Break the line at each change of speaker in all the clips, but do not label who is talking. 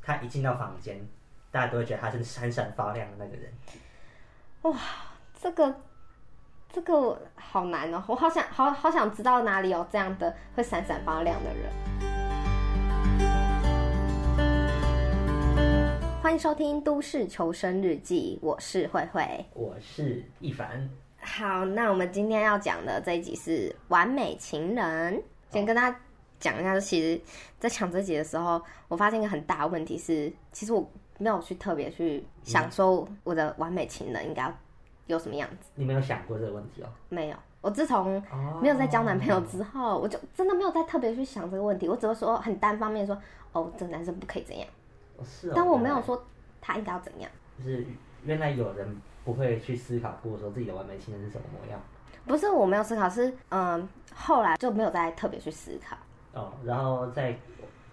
他一进到房间，大家都会觉得他是闪闪发亮的那个人。
这个这个我好难哦，我好想好好想知道哪里有这样的会闪闪发亮的人。欢迎收听《都市求生日记》，我是慧慧。
我是一凡，
好，那我们今天要讲的这一集是《完美情人》。先跟大家讲一下，其实，在讲这集的时候，我发现一个很大的问题是，其实我没有去特别去想说我的完美情人应该要有什么样子，
你没有想过这个问题哦？
没有。我自从
哦
没有在交男朋友之后，我就真的没有再特别去想这个问题，我只会说很单方面说，哦，这个男生不可以怎样，
哦是哦，
但我没
原来
有说他应该要怎样。
就是原来有人不会去思考过说自己的完美情人是什么模样
不是我没有思考，是嗯，后来就没有再特别去思考。
哦。然后在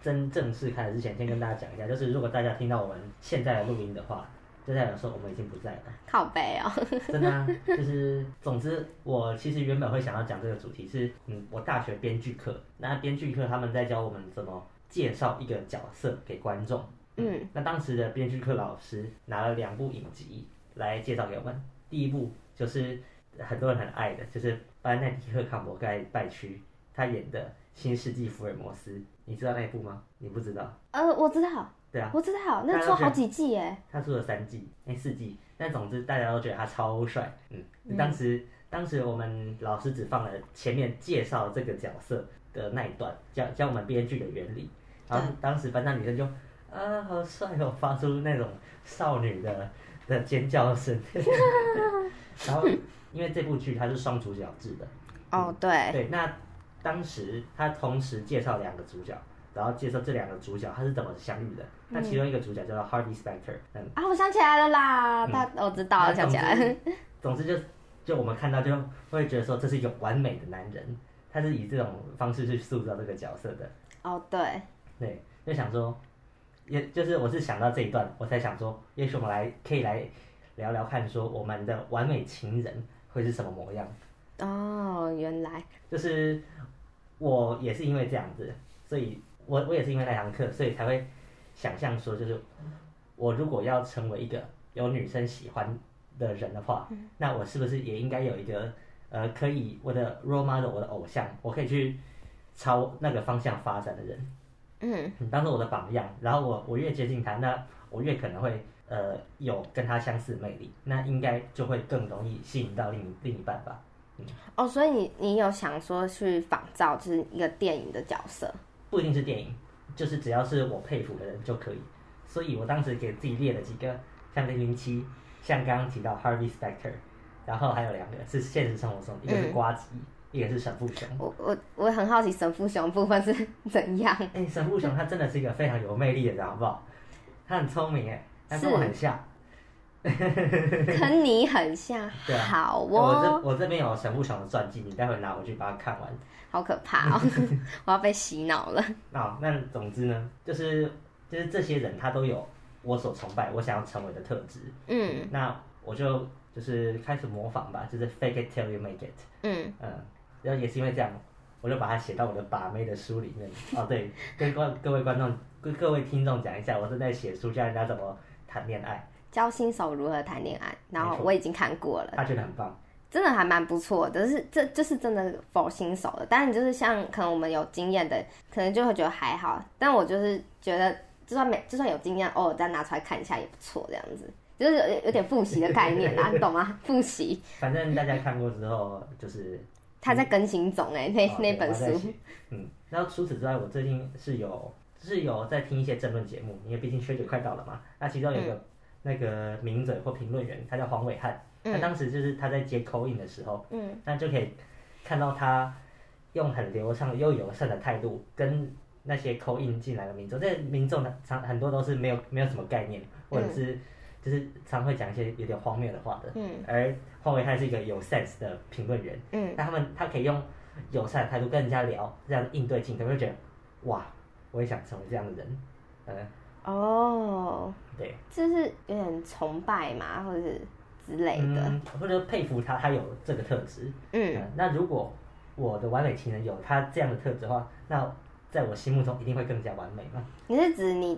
真正式开始之前，先跟大家讲一下，就是如果大家听到我们现在的录音的话，就代表说我们已经不在了。
靠背哦，
真的、啊，就是总之，我其实原本会想要讲这个主题是，嗯，我大学编剧课，那编剧课他们在教我们怎么介绍一个角色给观众。
嗯，
那当时的编剧课老师拿了两部影集来介绍给我们，第一部就是很多人很爱的，就是班奈迪克·康伯盖拜区他演的《新世纪福尔摩斯》，你知道那一部吗？你不知道？
呃，我知道，
对啊，
我知道，那
大家
出
觉得
好几季耶。
他出了三季，哎、四季，但总之大家都觉得他超帅。嗯，当时当时我们老师只放了前面介绍这个角色的那一段，教教我们编剧的原理。然后当时班上女生就啊好帅哦，发出那种少女的的尖叫声。然后因为这部剧它是双主角制的，嗯
哦，对，
对，那当时他同时介绍两个主角，然后介绍这两个主角他是怎么相遇的。那其中一个主角叫做 Harvey Specter，嗯，
啊，我想起来了啦，
嗯
大我知道了，
那
想起来了。
总之就就我们看到就会觉得说这是一个完美的男人，他是以这种方式去塑造这个角色的。
哦，对，
对，就想说，也就是我是想到这一段，我才想说，也许我们来可以来聊聊看，说我们的完美情人会是什么模样。
哦，原来，
就是我也是因为这样子，所以我我也是因为那堂课，所以才会想象说，就是我如果要成为一个有女生喜欢的人的话，那我是不是也应该有一个呃，可以我的 role model，我的偶像，我可以去朝那个方向发展的人，
嗯，
嗯当做我的榜样，然后我我越接近他，那我越可能会。呃，有跟他相似的魅力，那应该就会更容易吸引到另一另一半吧。
哦，所以你你有想说去仿照就是一个电影的角色？
不一定是电影，就是只要是我佩服的人就可以。所以我当时给自己列了几个，像零零七，像刚刚提到 Harvey Specter，然后还有两个是现实生活中，一个是瓜吉，一个是神父熊。
我我我很好奇神父熊部分是 怎样？
哎、神父熊他真的是一个非常有魅力的人，好不好？他很聪明哎，他跟我
是
很像。
跟你很像，
对啊
好
我
哦，
这我这边有神父熊的传记，你待会拿回去把它看完。
好可怕哦， 我要被洗脑了。
那、那总之呢，就是就是这些人他都有我所崇拜、我想要成为的特质。
嗯
那我就就是开始模仿吧，就是 fake it till you make it。
嗯，
嗯，然后也是因为这样，我就把它写到我的把妹的书里 面。哦，对，跟观各位观众、各各位听众讲一下，我正在写书教人家怎么谈恋爱，
教新手如何谈恋爱，然后
没错
我已经看过了。
他觉得很棒。
真的还蛮不错的，是这这是真的 for 新手的，但就是像可能我们有经验的，可能就会觉得还好，但我就是觉得就算没就算有经验，偶尔再拿出来看一下也不错，这样子就是有有点复习的概 念啦，你懂吗？复习，
反正大家看过之后，就是
他在更新中哎、那、
哦
那
对
本
我在
书，
写嗯，然后除此之外，我最近是有是有在听一些政论节目，因为毕竟学姐快到了嘛。那其中有一
嗯
个、那个名嘴或评论员，他叫黄伟汉，他
嗯
当时就是他在接口音的时候，
嗯，
那就可以看到他用很流畅又友善的态度跟那些口音进来的民众，这民众呢常很多都是没有没有什么概念，
嗯
或者是就是常会讲一些有点荒谬的话的，
嗯
而黄伟汉是一个有 sense 的评论员，
嗯，
那他们他可以用友善的态度跟人家聊，这样应对进退，会觉得哇，我也想成为这样的人，嗯，
哦，
对，
就是有点崇拜嘛，或者是之类的，
嗯，或者佩服他，他有这个特质，
嗯，
嗯，那如果我的完美情人有他这样的特质的话，那在我心目中一定会更加完美嘛？
你是指你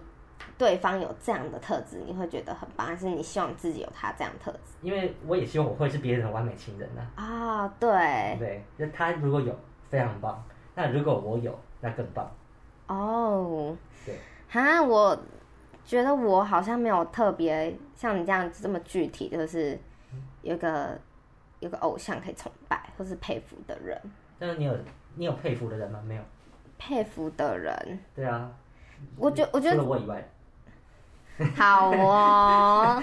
对方有这样的特质，你会觉得很棒，还是你希望自己有他这样的特质
因为我也希望我会是别人的完美情人呐、
啊、对，
对，那他如果有，非常棒；那如果我有，那更棒。
哦
对，
哈，我觉得我好像没有特别像你这样这么具体，就是
嗯
有一个有一个偶像可以崇拜或是佩服的人，
但是你有你有佩服的人吗？没有。
佩服的人，
对啊，
我觉嗯我觉得
除了我以外，
好哦。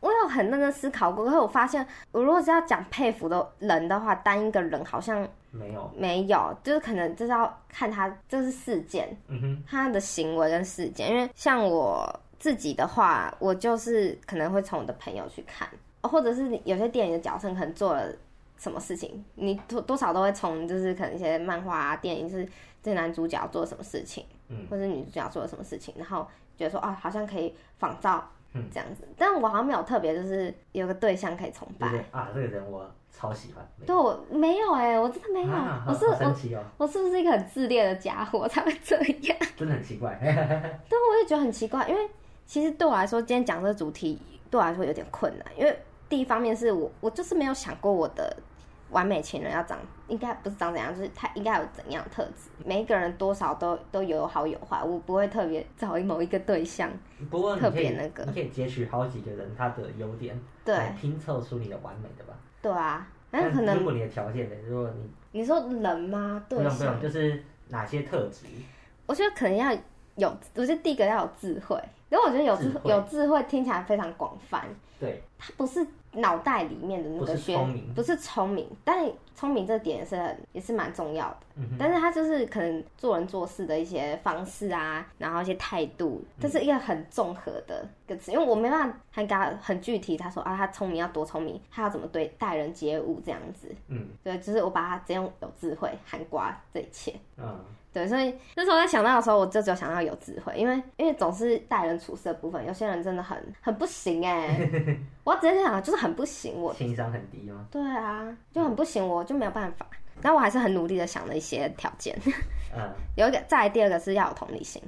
我有很认真思考过，可是我发现，我如果是要讲佩服的人的话，单一个人好像
没有。
没有，就是可能就是要看他就是事件，
嗯哼，
他的行为跟事件。因为像我自己的话，我就是可能会从我的朋友去看，哦或者是有些电影的角色可能做了什么事情，你多多少都会从就是可能一些漫画啊、电影是这男主角做了什么事情。
嗯，
或者女主角做了什么事情，然后觉得说啊，好像可以仿照
嗯
这样子，但我好像没有特别就是有个对象可以崇
就
拜
是。啊，这个人我超喜欢。
对，我没有哎、我真的没有，
啊、
我是
好神
我
奇哦，
我是不是一个很自恋的家伙才会这 样？
真的很奇怪。
但我也觉得很奇怪，因为其实对我来说，今天讲这个主题对我来说有点困难，因为第一方面是我我就是没有想过我的完美情人要长，应该不是长怎样，就是他应该有怎样的特质。每一个人多少都都有好有坏，我不会特别找某一个对象。
不过你
特
可以
别那个
你可以截取好几个人他的优点，
对
来拼凑出你的完美的吧。
对啊，那可
如
能
果你的条件呢？如果你
你说人吗？
不
对
用不
象
用，，就是哪些特质？
我觉得可能要有，我觉得第一个要有智慧，因为我觉得有智
智慧
有智慧听起来非常广泛，
对，
它不是脑袋里面的那个
不是
学
聪明，
不是聪明，但聪明这点是很也是蛮重要的，
嗯哼，
但是他就是可能做人做事的一些方式啊，然后一些态度，
嗯
这是一个很综合的一个词，因为我没办法很给他很具体，他说啊他聪明要多聪明，他要怎么对待人接物这样子，
嗯
对，就是我把它直接用有智慧涵盖这一切。
嗯，
对，所以那时候在想到的时候，我就只有想到有智慧，因为因为总是待人处事的部分，有些人真的很很不行哎、我直接就想就是很不行，我
情商嗯很低吗？
对啊，就很不行，我就没有办法。但我还是很努力的想了一些条件，
嗯
有一个，再来第二个是要有同理心，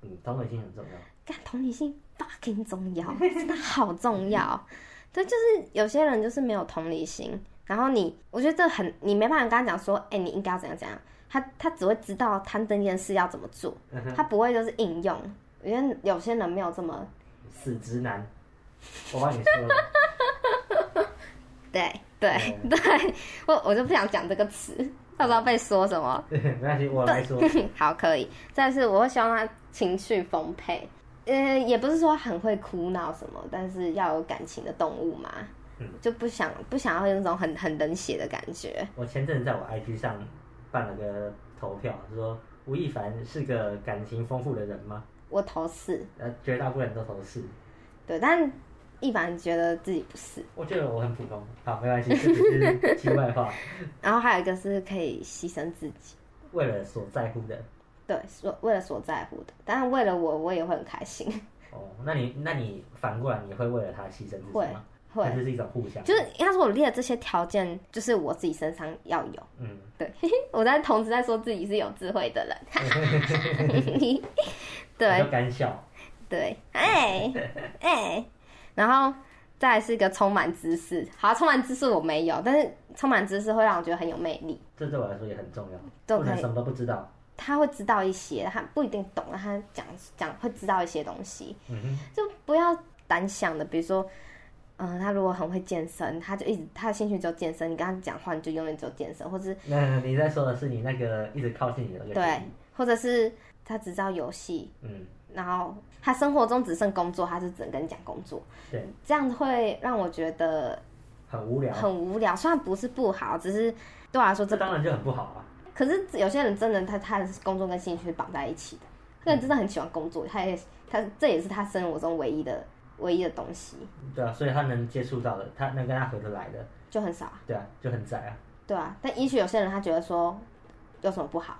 嗯，同理心很重要。
干同理心 fucking 重要，真的好重要。 对，就是有些人就是没有同理心，然后你，我觉得这很，你没办法跟他讲说，哎、你应该要怎样怎样，他他只会知道他那件事要怎么做，
嗯哼，
他不会就是应用。因为有些人没有这么
死直男，我帮你说 了，
对对、
嗯
对，我我就不想讲这个词，到时候被说什么。
没关系，我来说。
好，可以。但是我会希望他情绪丰沛，呃，也不是说很会哭闹什么，但是要有感情的动物嘛，
嗯
就不想不想要那种很很冷血的感觉。
我前阵子在我 IG 上办了个投票，说吴亦凡是个感情丰富的人吗？
我投是，
呃，绝大部分人都投是，
对，但一凡觉得自己不是。
我觉得我很普通。好，没关系，这只是题外话。
然后还有一个是可以牺牲自己，
为了所在乎的，
对，所为了所在乎的，当然为了我，我也会很开心，
哦，那你那你反过来你会为了他牺牲自己吗？
会
那。这是一种互相，
就是应该说，我列的这些条件，就是我自己身上要有。
嗯，
对， 我在同时在说自己是有智慧的人，哈哈哈哈
我
对
就干笑，
对，哎哎，然后再来是一个充满知识，好，充满知识我没有，但是充满知识会让我觉得很有魅力，
这对我来说也很重要，
都
不
可
能
以
什么都不知道。
他会知道一些，他不一定懂，但他讲讲会知道一些东西，
嗯哼，
就不要单向的，比如说。嗯，他如果很会健身，他就一直他的兴趣就健身。你跟他讲话，你就永远只有健身，或是
那你在说的是你那个一直靠近你的那个
对
距离，
或者是他只知道游戏，
嗯，
然后他生活中只剩工作，他就只能跟你讲工作，
对，
这样会让我觉得
很无聊，
很无聊。虽然不是不好，只是对我来说
这
这，
当然就很不好啊。
可是有些人真的他他的工作跟兴趣是绑在一起的，可能真的很喜欢工作，他也他这也是他生活中唯一的唯一的东西，
对啊，所以他能接触到的，他能跟他合得来的，
就很少啊，
对啊，就很窄啊。
对啊。但也许有些人他觉得说有什么不好。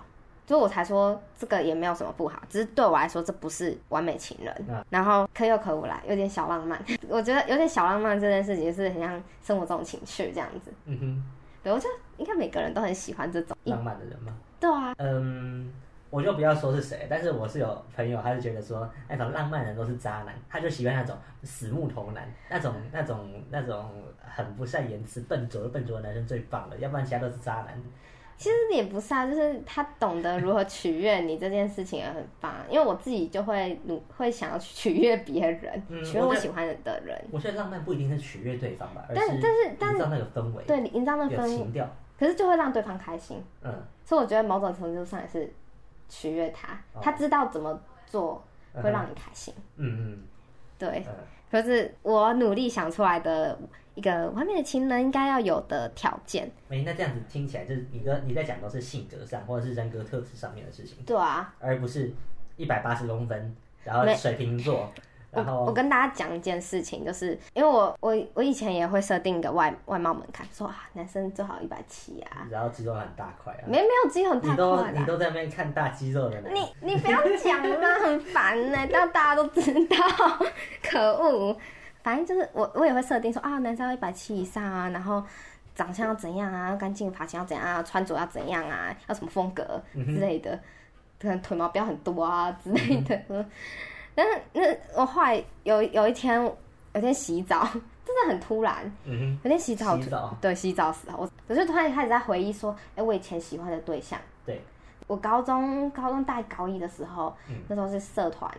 所以我才说这个也没有什么不好，只是对我来说这不是完美情人，
嗯
然后可有可无啦，有点小浪漫。 我觉得有点小浪漫这件事情是很像生活中的情趣这样子。
嗯哼，
对，我觉得应该每个人都很喜欢这种。
浪漫的人嘛。
对啊，
嗯，我就不要说是谁，但是我是有朋友，他就觉得说那种哎浪漫人都是渣男，他就喜欢那种死木头男，那种
嗯
那种那种很不善言辞、笨拙的笨拙的男生最棒了，要不然其他都是渣男。
其实也不是啊，就是他懂得如何取悦你这件事情也很棒。啊因为我自己就会努会想要去取悦别人，
嗯
取悦
我
我
在
喜欢的人。
我觉得浪漫不一定是取悦对方吧，而
但
是
但是但
营造那个氛围，
对你营造那
有
氛围，
情调，
可是就会让对方开心。
嗯，
所以我觉得某种程度上也是取悦他，
哦
他知道怎么做
嗯
会让你开心。
嗯
对
嗯，嗯，
可是我努力想出来的一个完美的情人应该要有的条件，
没、那这样子听起来就是你的你在讲都是性格上或者是人格特质上面的事情，
对啊，
而不是一百八十公分，然后
没
水瓶座，然
我
后
我跟大家讲一件事情，就是因为我我我以前也会设定一个外外貌门槛，说啊男生最好一百七啊，
然后肌肉很大块啊。
没没有只有很
你
大
都
块
你
的。啊
都在那边看大肌肉的男人，
你你不要讲了，很烦呢、 但大家都知道，可恶。反正就是我我也会设定说啊，男生要一百七以上啊，然后长相要怎样啊，干净发型要怎样啊，穿着要怎样啊，要什么风格之类的，可能腿毛不要很多啊之类的。 但是那我后来有有一天，有一天洗澡，真的很突然，
嗯
有一天洗澡，
洗澡
对洗澡的时候，我我就突然开始在回忆说，哎、我以前喜欢的对象，
对，
我高中高中大概高一的时候，
嗯
那时候是社团，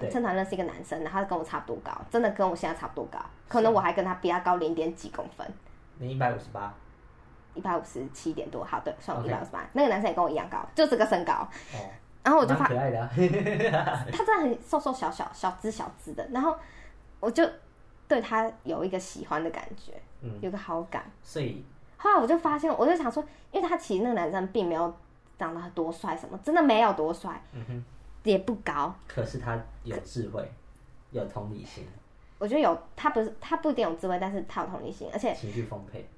对
社团认识一个男生，然后他跟我差不多高，真的跟我现在差不多高，可能我还跟他比他高零点几公分，
哼，你一百五十八，
一百五十七点多，好，对，算我一
OK
百五十八，那个男生也跟我一样高，就这个身高，
哦，
然后我就
蛮
发
可爱的啊，
他真的很瘦瘦小小小只小只的，然后我就对他有一个喜欢的感觉，
嗯
有个好感。
所以
后来我就发现，我就想说，因为他其实那个男生并没有长得多帅，什么真的没有多帅，
嗯哼，
也不高。
可是他有智慧，有同理心，
我觉得有他不是他不一定有智慧，但是他有同理心，而且
情绪丰沛，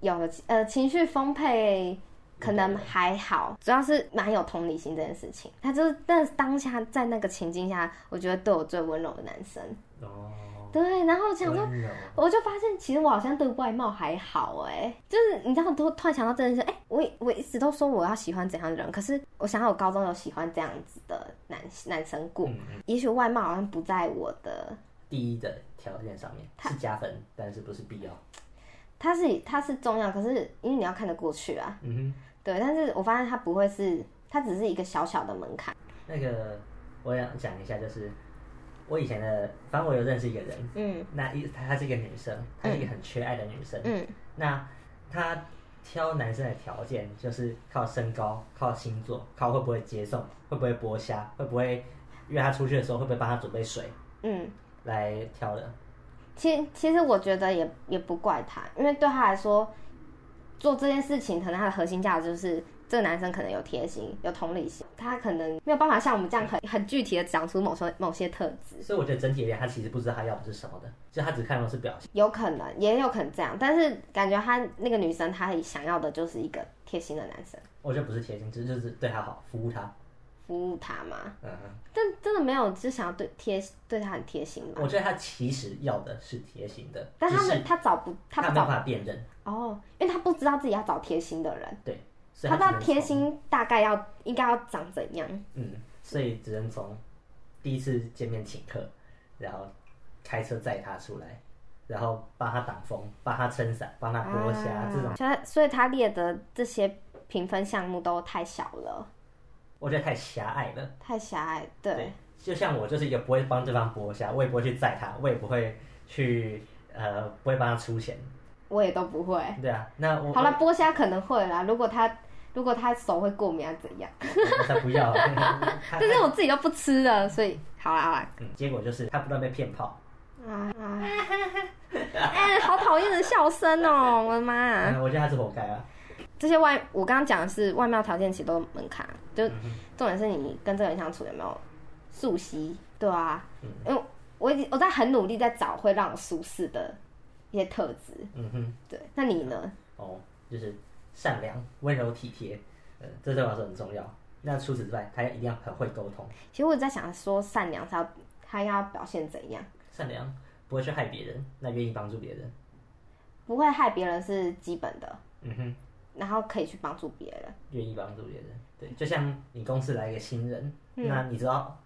有了呃情绪丰沛，可能还好，主要是蛮有同理心这件事情。他就是但是当下在那个情境下，我觉得对我最温柔的男生。
哦，
对，然后我想说。
温柔，
我就发现，其实我好像对外貌还好哎、就是你知道，突突然想到这件事，哎、我我一直都说我要喜欢怎样的人，可是我想到我高中有喜欢这样子的男男生过，
嗯，
也许外貌好像不在我的，
第一的条件上面是加分，但是不是必要，
他是他是重要，可是因为你要看得过去啊，
嗯
对，但是我发现他不会是，他只是一个小小的门槛，
哼，那个我想讲一下，就是我以前的，反正我有认识一个人，
嗯
那一她她是一个女生，她是一个很缺爱的女生，
嗯
那她挑男生的条件就是靠身高、靠星座、靠会不会接送、会不会剥虾、会不会约她出去的时候会不会帮她准备水
嗯。
来挑的。
其实其实我觉得也也不怪他，因为对他来说，做这件事情可能他的核心价值就是这个男生可能有贴心、有同理心，他可能没有办法像我们这样很很具体的讲出某些某些特质，
所以我觉得整体而言，她其实不知道她要的是什么的，就她只看重是表现。
有可能也有可能这样，但是感觉他那个女生她想要的就是一个贴心的男生，
我觉得不是贴心，只是就是对她好，服务她。
服务她嘛，
嗯，
但真的没有就想要对贴对他很贴心吧，
我觉得她其实要的是贴心的，
但他
只
们
哦是
他找不他
她
不
没有
找
办法辨认，
哦，因为他不知道自己要找贴心的人，
对，所以
他
她只
不知道
能
贴
从
心大概要应该要长怎样。
嗯，所以只能从第一次见面请客，然后开车载他出来，然后帮他挡风，帮他撑伞，帮他剥虾、这种，
啊所以他所以他列的这些评分项目都太小了，
我觉得太狭隘了。
太狭隘。对，
就像我就是一个不会帮对方剥虾，我也不会去载他，我也不会去呃不会帮他出钱，
我也都不会。
对啊，那我
好了，剥虾可能会啦，如果他如果他手会过敏啊怎样？
我才不要，啊他
但是我自己都不吃的，所以好啦好啦。
嗯，结果就是他不断被骗炮。
啊啊！哎、好讨厌的笑声哦、我的妈、啊！
嗯，我觉得他是活该啊。
这些外，我刚刚讲的是外貌条件，其实都有门槛，就重点是你跟这个人相处有没有熟悉，对啊，因为我已经我在很努力在找会让我舒适的一些特质，
嗯哼，
对，那你呢？
哦，就是善良、温柔、体贴，嗯，这对我来说很重要。那除此之外，他一定要很会沟通，
其实我在想说，善良是要他要表现怎样，
善良，不会去害别人，那愿意帮助别人。
不会害别人是基本的，
嗯哼，
然后可以去帮助别人。
愿意帮助别人。对，就像你公司来一个新人，
嗯
那你知道，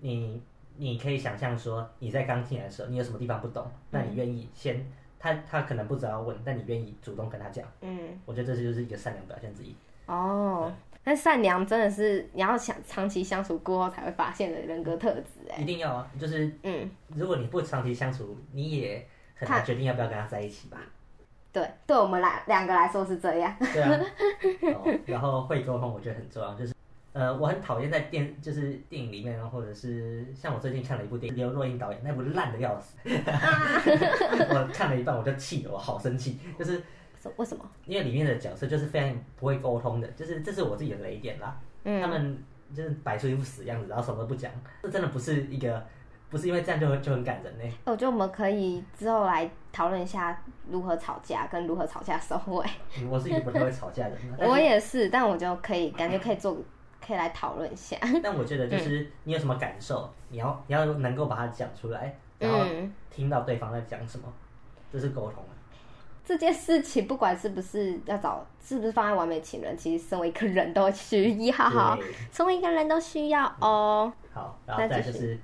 你你可以想象说你在刚进来的时候，你有什么地方不懂，那你愿意先，他他可能不知道问，但你愿意主动跟他讲，
嗯，
我觉得这就是一个善良表现之一。
哦，但善良真的是你要想长期相处过后才会发现的人格特质，哎，
一定要啊，就是
嗯，
如果你不长期相处，你也很难决定要不要跟他在一起吧？
对，对我们来两个来说是这样，
对啊。哦、然后会沟通，我觉得很重要，就是。呃，我很讨厌在电，就是电影里面，或者是像我最近看了一部电影，刘若英导演那部烂的要死， 我看了一半我就气了，我好生气，就是
是为什么？
因为里面的角色就是非常不会沟通的，就是这是我自己的雷点啦。
嗯，
他们就是摆出一副死样子，然后什么都不讲，这真的不是一个，不是因为这样就很就很感人呢、
我觉得我们可以之后来讨论一下如何吵架跟如何吵架收尾。
嗯我是一个不太会吵架的人，但是
我也是，但我就可以感觉可以做，可以来讨论一下。
但我觉得就是
嗯
你有什么感受，你要你要能够把它讲出来，然后
嗯，
听到对方在讲什么，这是沟通啊。
这件事情不管是不是要找，是不是放在完美情人，其实身为一个人都需要，
对，
身为一个人都需要哦。
好，然后再来就是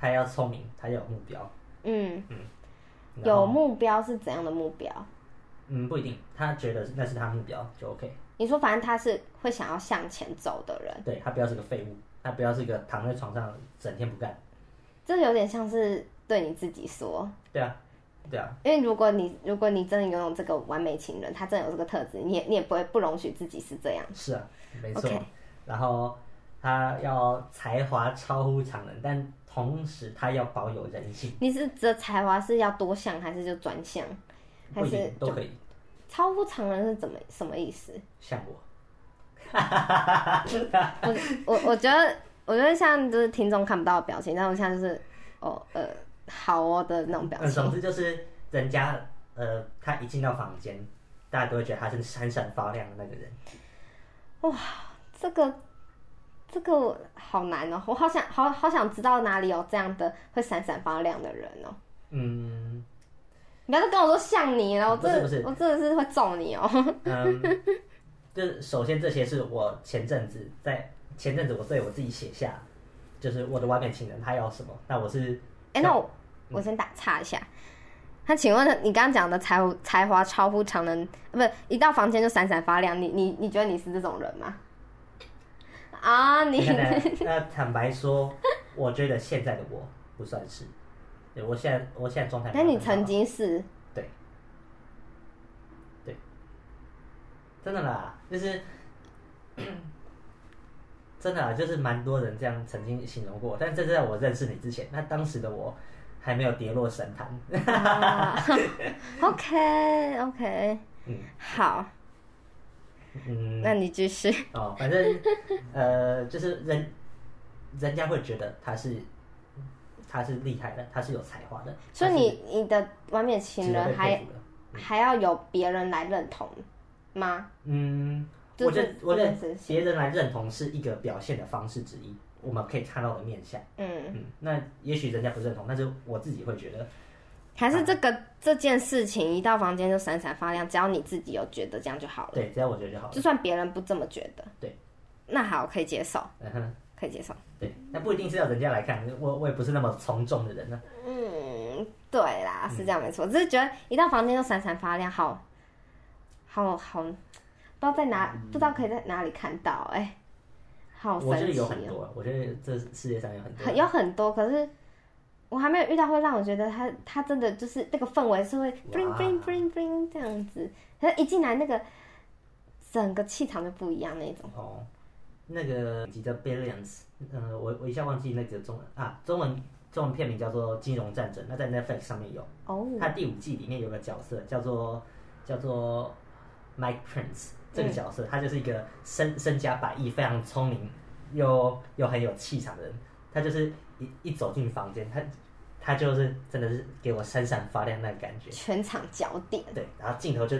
他要聪明，他要有目标，
嗯，
然后
有目标是怎样的目标？
嗯不一定，他觉得那是他目标就 OK，
你说，反正他是会想要向前走的人，
对他不要是个废物，他不要是个躺在床上整天不干，
这有点像是对你自己说。
对啊，对啊，
因为如果你如果你真的拥有这个完美情人，他真的有这个特质，你也你也不会不容许自己是这样。
是啊，没错
OK
然后他要才华超乎常人，但同时他要保有人性，
你是这才华是要多项还是就专项，还
不一
是
定都可以，
超乎常人是怎么什么意思？
像我。
我我我觉得我觉得像就是听众看不到的表情，但我现在就是哦呃好哦的那种表
嗯，
情。
总之就是人家呃，他一进到房间，大家都会觉得他是闪闪发亮的那个人。
这个这个我好难哦，我好想好好想知道哪里有这样的会闪闪发亮的人哦。
嗯
你不要再跟我说像你了，我
不是
真
不是
的我真的是会揍你哦。
嗯，就是首先这些是我前阵子在前阵子我对我自己写下，就是我的完美情人他要什么，那我是
哎、那
嗯
我我先打岔一下。那请问你刚刚讲的才才华超乎常人，呃不是一到房间就闪闪发亮，你你你觉得你是这种人吗？啊， 你
现在那坦白说，我觉得现在的我不算是，对我现在我现在状态没
那
有
你
很好
曾经是
对，对，真的啦，就是 真的啦，就是蛮多人这样曾经形容过，但这是在我认识你之前，那当时的我还没有跌落神坛。
啊？OK OK，
嗯
好，
嗯，
那你继续。
哦，反正呃，就是人人家会觉得他是他是厉害的，他是有才华的，
所以
他是
你你的完美情
值得被
人还
佩服的。
还要有别人来认同吗？
嗯，
就
我觉
是
得我觉
这
得
件事情
别人来认同是一个表现的方式之一，我们可以看到的面相。
嗯，
嗯，那也许人家不认同，但是我自己会觉得，
还是这个这件事情一到房间就闪闪发亮，只要你自己有觉得这样就好了，
对，只要我觉得就好了。
就算别人不这么觉得，
对，
那好，可以接受，
嗯哼，
可以接受。
对，那不一定是要人家来看，我我也不是那么从众的人啊呢、
嗯，对啦，是这样没错，只是觉得一到房间就闪闪发亮，好，好好，不知道在哪，不知道可以在哪里看到，哎、好
嗯
神
我觉得
奇
有
哦、
很多，啊我觉得这世界上有很多
很，有很多，可是我还没有遇到会让我觉得他他真的就是那个氛围是会 bling bling bling bling 这样子，可是一进来那个整个气场就不一样那种。
哦。那个影集叫《Billions》，呃，我我一下忘记那个中文啊，中文中文片名叫做《金融战争》，那在 Netflix 上面有。
哦，
它第五季里面有个角色叫做叫做 Mike Prince，这个角色、他就是一个身身家百亿、非常聪明又又很有气场的人。他就是一一走进房间，他他就是真的是给我闪闪发亮那个感觉。
全场焦 点，
对，然后镜头就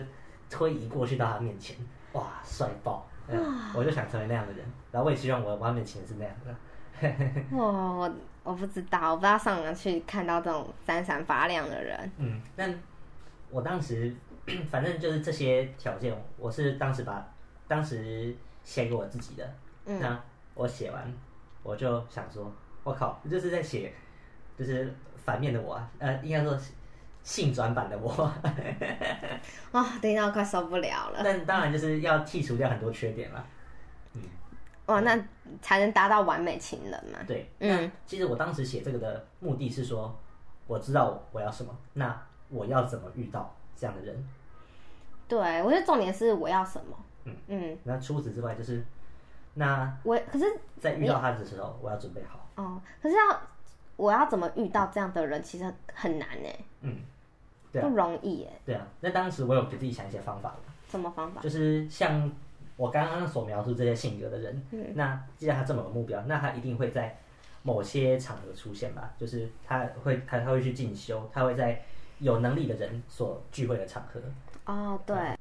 推移过去到他面前，哇，帅爆！嗯，我就想成为那样的人，然后我也希望我的完美情人是那样的。
哇，我我不知道，我不知道上哪去看到这种闪闪发亮的人。
嗯，但我当时 反正就是这些条件，我是当时把当时写给我自己的。
嗯
那我写完，我就想说，我靠，这就是在写，就是反面的我、啊，呃，应该说性转版的我。
哦，听到快受不了了，
但当然就是要剔除掉很多缺点啦。
哇，
嗯
那才能达到完美情人嘛。
对，
嗯，
其实我当时写这个的目的是说，我知道我要什么，那我要怎么遇到这样的人。
对，我觉得重点是我要什么。嗯嗯，
那除此之外，就是那
我可是
在遇到他的时候，我要准备好。
哦，可是要我要怎么遇到这样的人，其实很很难哎，
嗯，对啊
不容易哎。
对啊。那当时我有给自己想一些方法，
什么方法？
就是像我刚刚所描述这些性格的人，那既然他这么有目标，那他一定会在某些场合出现吧？就是他会他他会去进修，他会在有能力的人所聚会的场合。
哦，对，
啊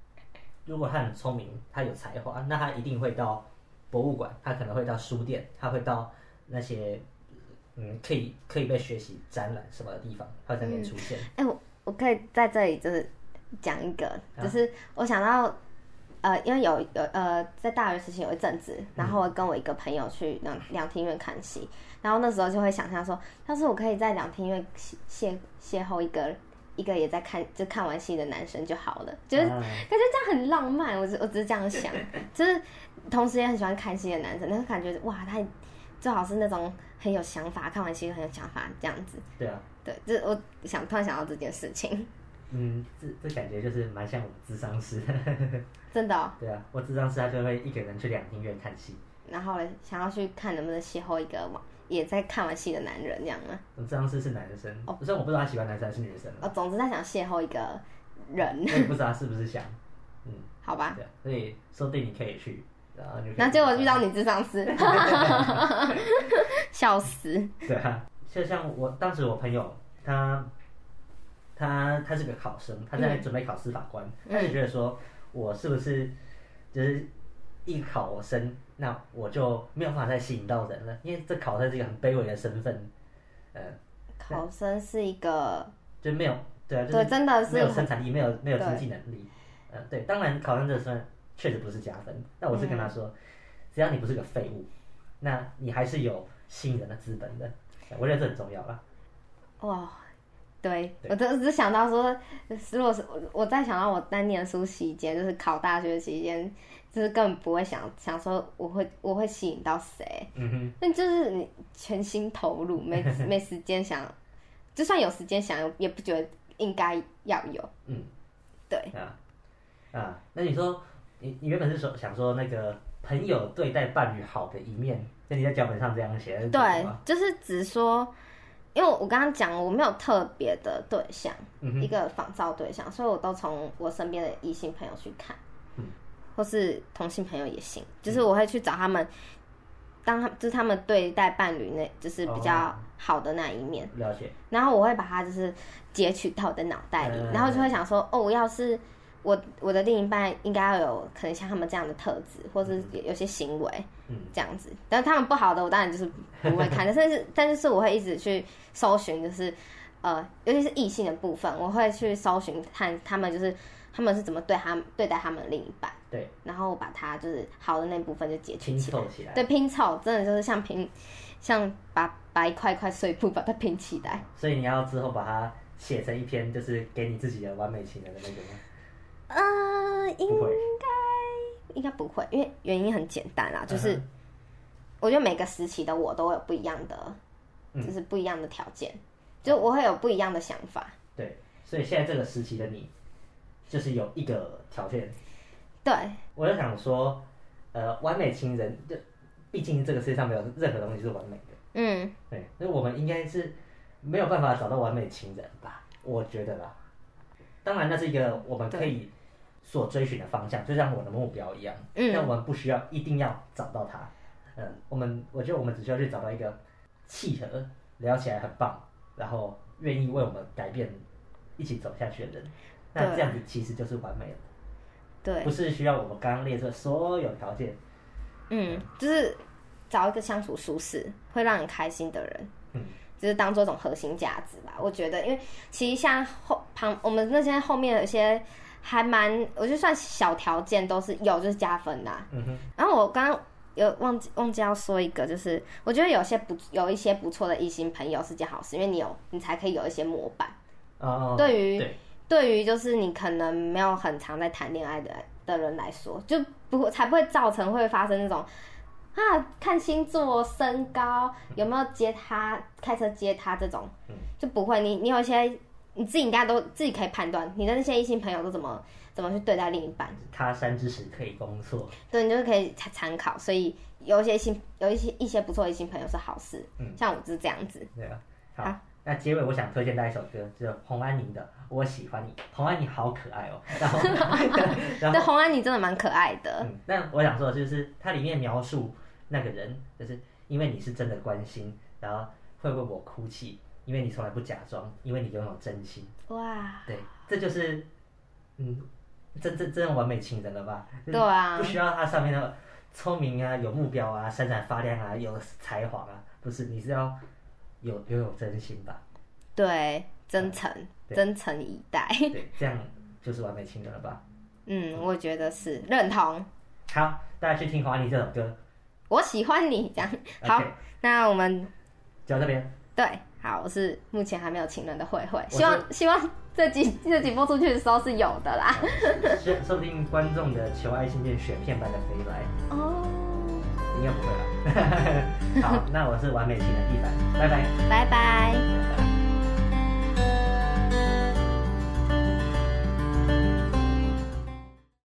如果他很聪明，他有才华，那他一定会到博物馆，他可能会到书店，他会到那些嗯可以可以被学习展览什么的地方，他会在那边出现。
哎、我我可以在这里就是讲一个，
啊
就是我想到，呃，因为有有呃，在大学时期有一阵子，然后我跟我一个朋友去两两厅院看戏，然后那时候就会想象说，要是我可以在两厅院邂邂邂逅一个一个也在看就看完戏的男生就好了，就是
啊
感觉这样很浪漫，我只我只是这样想，就是同时也很喜欢看戏的男生，但是感觉哇，他最好是那种很有想法，看完戏很有想法这样子。
对啊，
对，这我想突然想到这件事情，
嗯，这这感觉就是蛮像我们智商师。
真的哦、
对啊，我智商师他就会一个人去两厅院看戏。
然后嘞，想要去看能不能邂逅一个网也在看完戏的男人这样吗？
我智商师是男生，虽然我不知道他喜欢男生还是女生，
哦，总之他想邂逅一个人，
我也不知道他是不是想。嗯，
好吧？
对啊，所以说不定你可以去，然后你就可以
然后结果
去
遇到你智商师，笑死！
对啊，就像我当时我朋友他，他他是个考生，他在
嗯
准备考司法官，他就觉得说我是不是就是一考生，那我就没有办法再吸引到人了，因为这考生是一个很卑微的身份，呃，
考生是一个，
就没有对啊，就是
对，真的是
没有
很
生产力，没有没有经济能力，呃，对，当然考生这身份确实不是加分，但我是跟他
嗯
说，只要你不是个废物，那你还是有吸引人的资本的，呃我觉得这很重要啦。
哇，哦对我只只想到说，如果是我我在想到我在念书期间，就是考大学期间，就是根本不会想想说我会我会吸引到谁，
嗯哼。
那就是你全心投 入，没没时间想，就算有时间想，也不觉得应该要有。
嗯，
对
啊啊，那你说你你原本是说想说那个朋友对待伴侣好的一面，那你在脚本上这样写，是
对
吗，
就是只说，因为我刚刚讲我没有特别的对象，
嗯哼
一个仿照对象，所以我都从我身边的异性朋友去看，
嗯
或是同性朋友也行，就是我会去找他们，当他就是他们对待伴侣那就是比较
哦
好的那一面，
了解，
然后我会把它就是截取到我的脑袋里，
嗯
然后就会想说，哦，要是我我的另一半应该要有可能像他们这样的特质，或是有有些行为
嗯
这样子。但是他们不好的，我当然就是不会 看，但是但是我会一直去搜寻，就是呃，尤其是异性的部分，我会去搜寻看他们就是他们是怎么对他们对待他们的另一半，
对，
然后我把它就是好的那部分就截取
拼
起来。
凑起来，
对，拼凑真的就是像拼，像把把一块块碎布把它拼起来。
所以你要之后把它写成一篇，就是给你自己的完美情人的那个吗？
呃，应
不会，
该应该不会，因为原因很简单啦，就
嗯
是
哼
我觉得每个时期的我都会有不一样的，
嗯
就是不一样的条件，就我会有不一样的想法。
对，所以现在这个时期的你，就是有一个条件，
对，
我就想说，呃，完美情人，就毕竟这个世界上没有任何东西是完美的。
嗯，
对，所以我们应该是没有办法找到完美情人吧？我觉得啦。当然，那是一个我们可以所追寻的方向，就像我的目标一样。
嗯
但我们不需要一定要找到它。嗯，我们我觉得我们只需要去找到一个契合、聊起来很棒，然后愿意为我们改变、一起走下去的人。那
对
这样子其实就是完美了，
对
不，是需要我们刚刚列出的所有条件。
嗯，就是找一个相处舒适、会让你开心的人，
嗯，
就是当做一种核心价值吧。我觉得，因为其实像后旁我们那些后面有一些还蛮，我就算小条件都是有，就是加分的啊、
嗯哼，
然后我刚刚有忘记忘记要说一个，就是我觉得有些不有一些不错的异性朋友是件好事，因为你有你才可以有一些模板。
哦，
对于
对
对于就是你可能没有很常在谈恋爱的的人来说，就不才不会造成会发生那种啊看星座、身高有没有接他、开车接他这种
嗯，
就不会。你你有一些你自己应该都自己可以判断，你的那些异性朋友都怎么怎么去对待另一半。
他山之石可以攻错，
对你就是可以参参考，所以有一些新有一些一些不错的新朋友是好事，
嗯
像我是这样子，
对啊。好，
好
那结尾我想推荐大家一首歌，就是洪安妮的《我喜欢你》。洪安妮好可爱哦， 然后 然后
对红安你真的蛮可爱的，
嗯，那我想说的就是，它里面描述那个人，就是因为你是真的关心，然后会为我哭泣，因为你从来不假装，因为你拥有真心。
哇，
对，这就是，嗯，真真真的完美情人了吧？
对啊
不，需要他上面的聪明啊、有目标啊、闪闪发亮啊、有才华啊，不是，你是要有拥有真心吧？
对，真诚，
哎对
真诚以待，
对，这样就是完美情人了吧？
嗯，我觉得是认同，
好，大家去听黄安妮这首歌，
我喜欢你这样，好
OK，
那我们
就到这边，
对，好，我是目前还没有情人的慧慧，
是
希望希望这集这集播出去的时候是有的啦，
说说不定观众的求爱信件雪片般的飞来。
哦，
应 该不会吧？好，那我是完美情人一凡，拜拜。
拜拜。
拜拜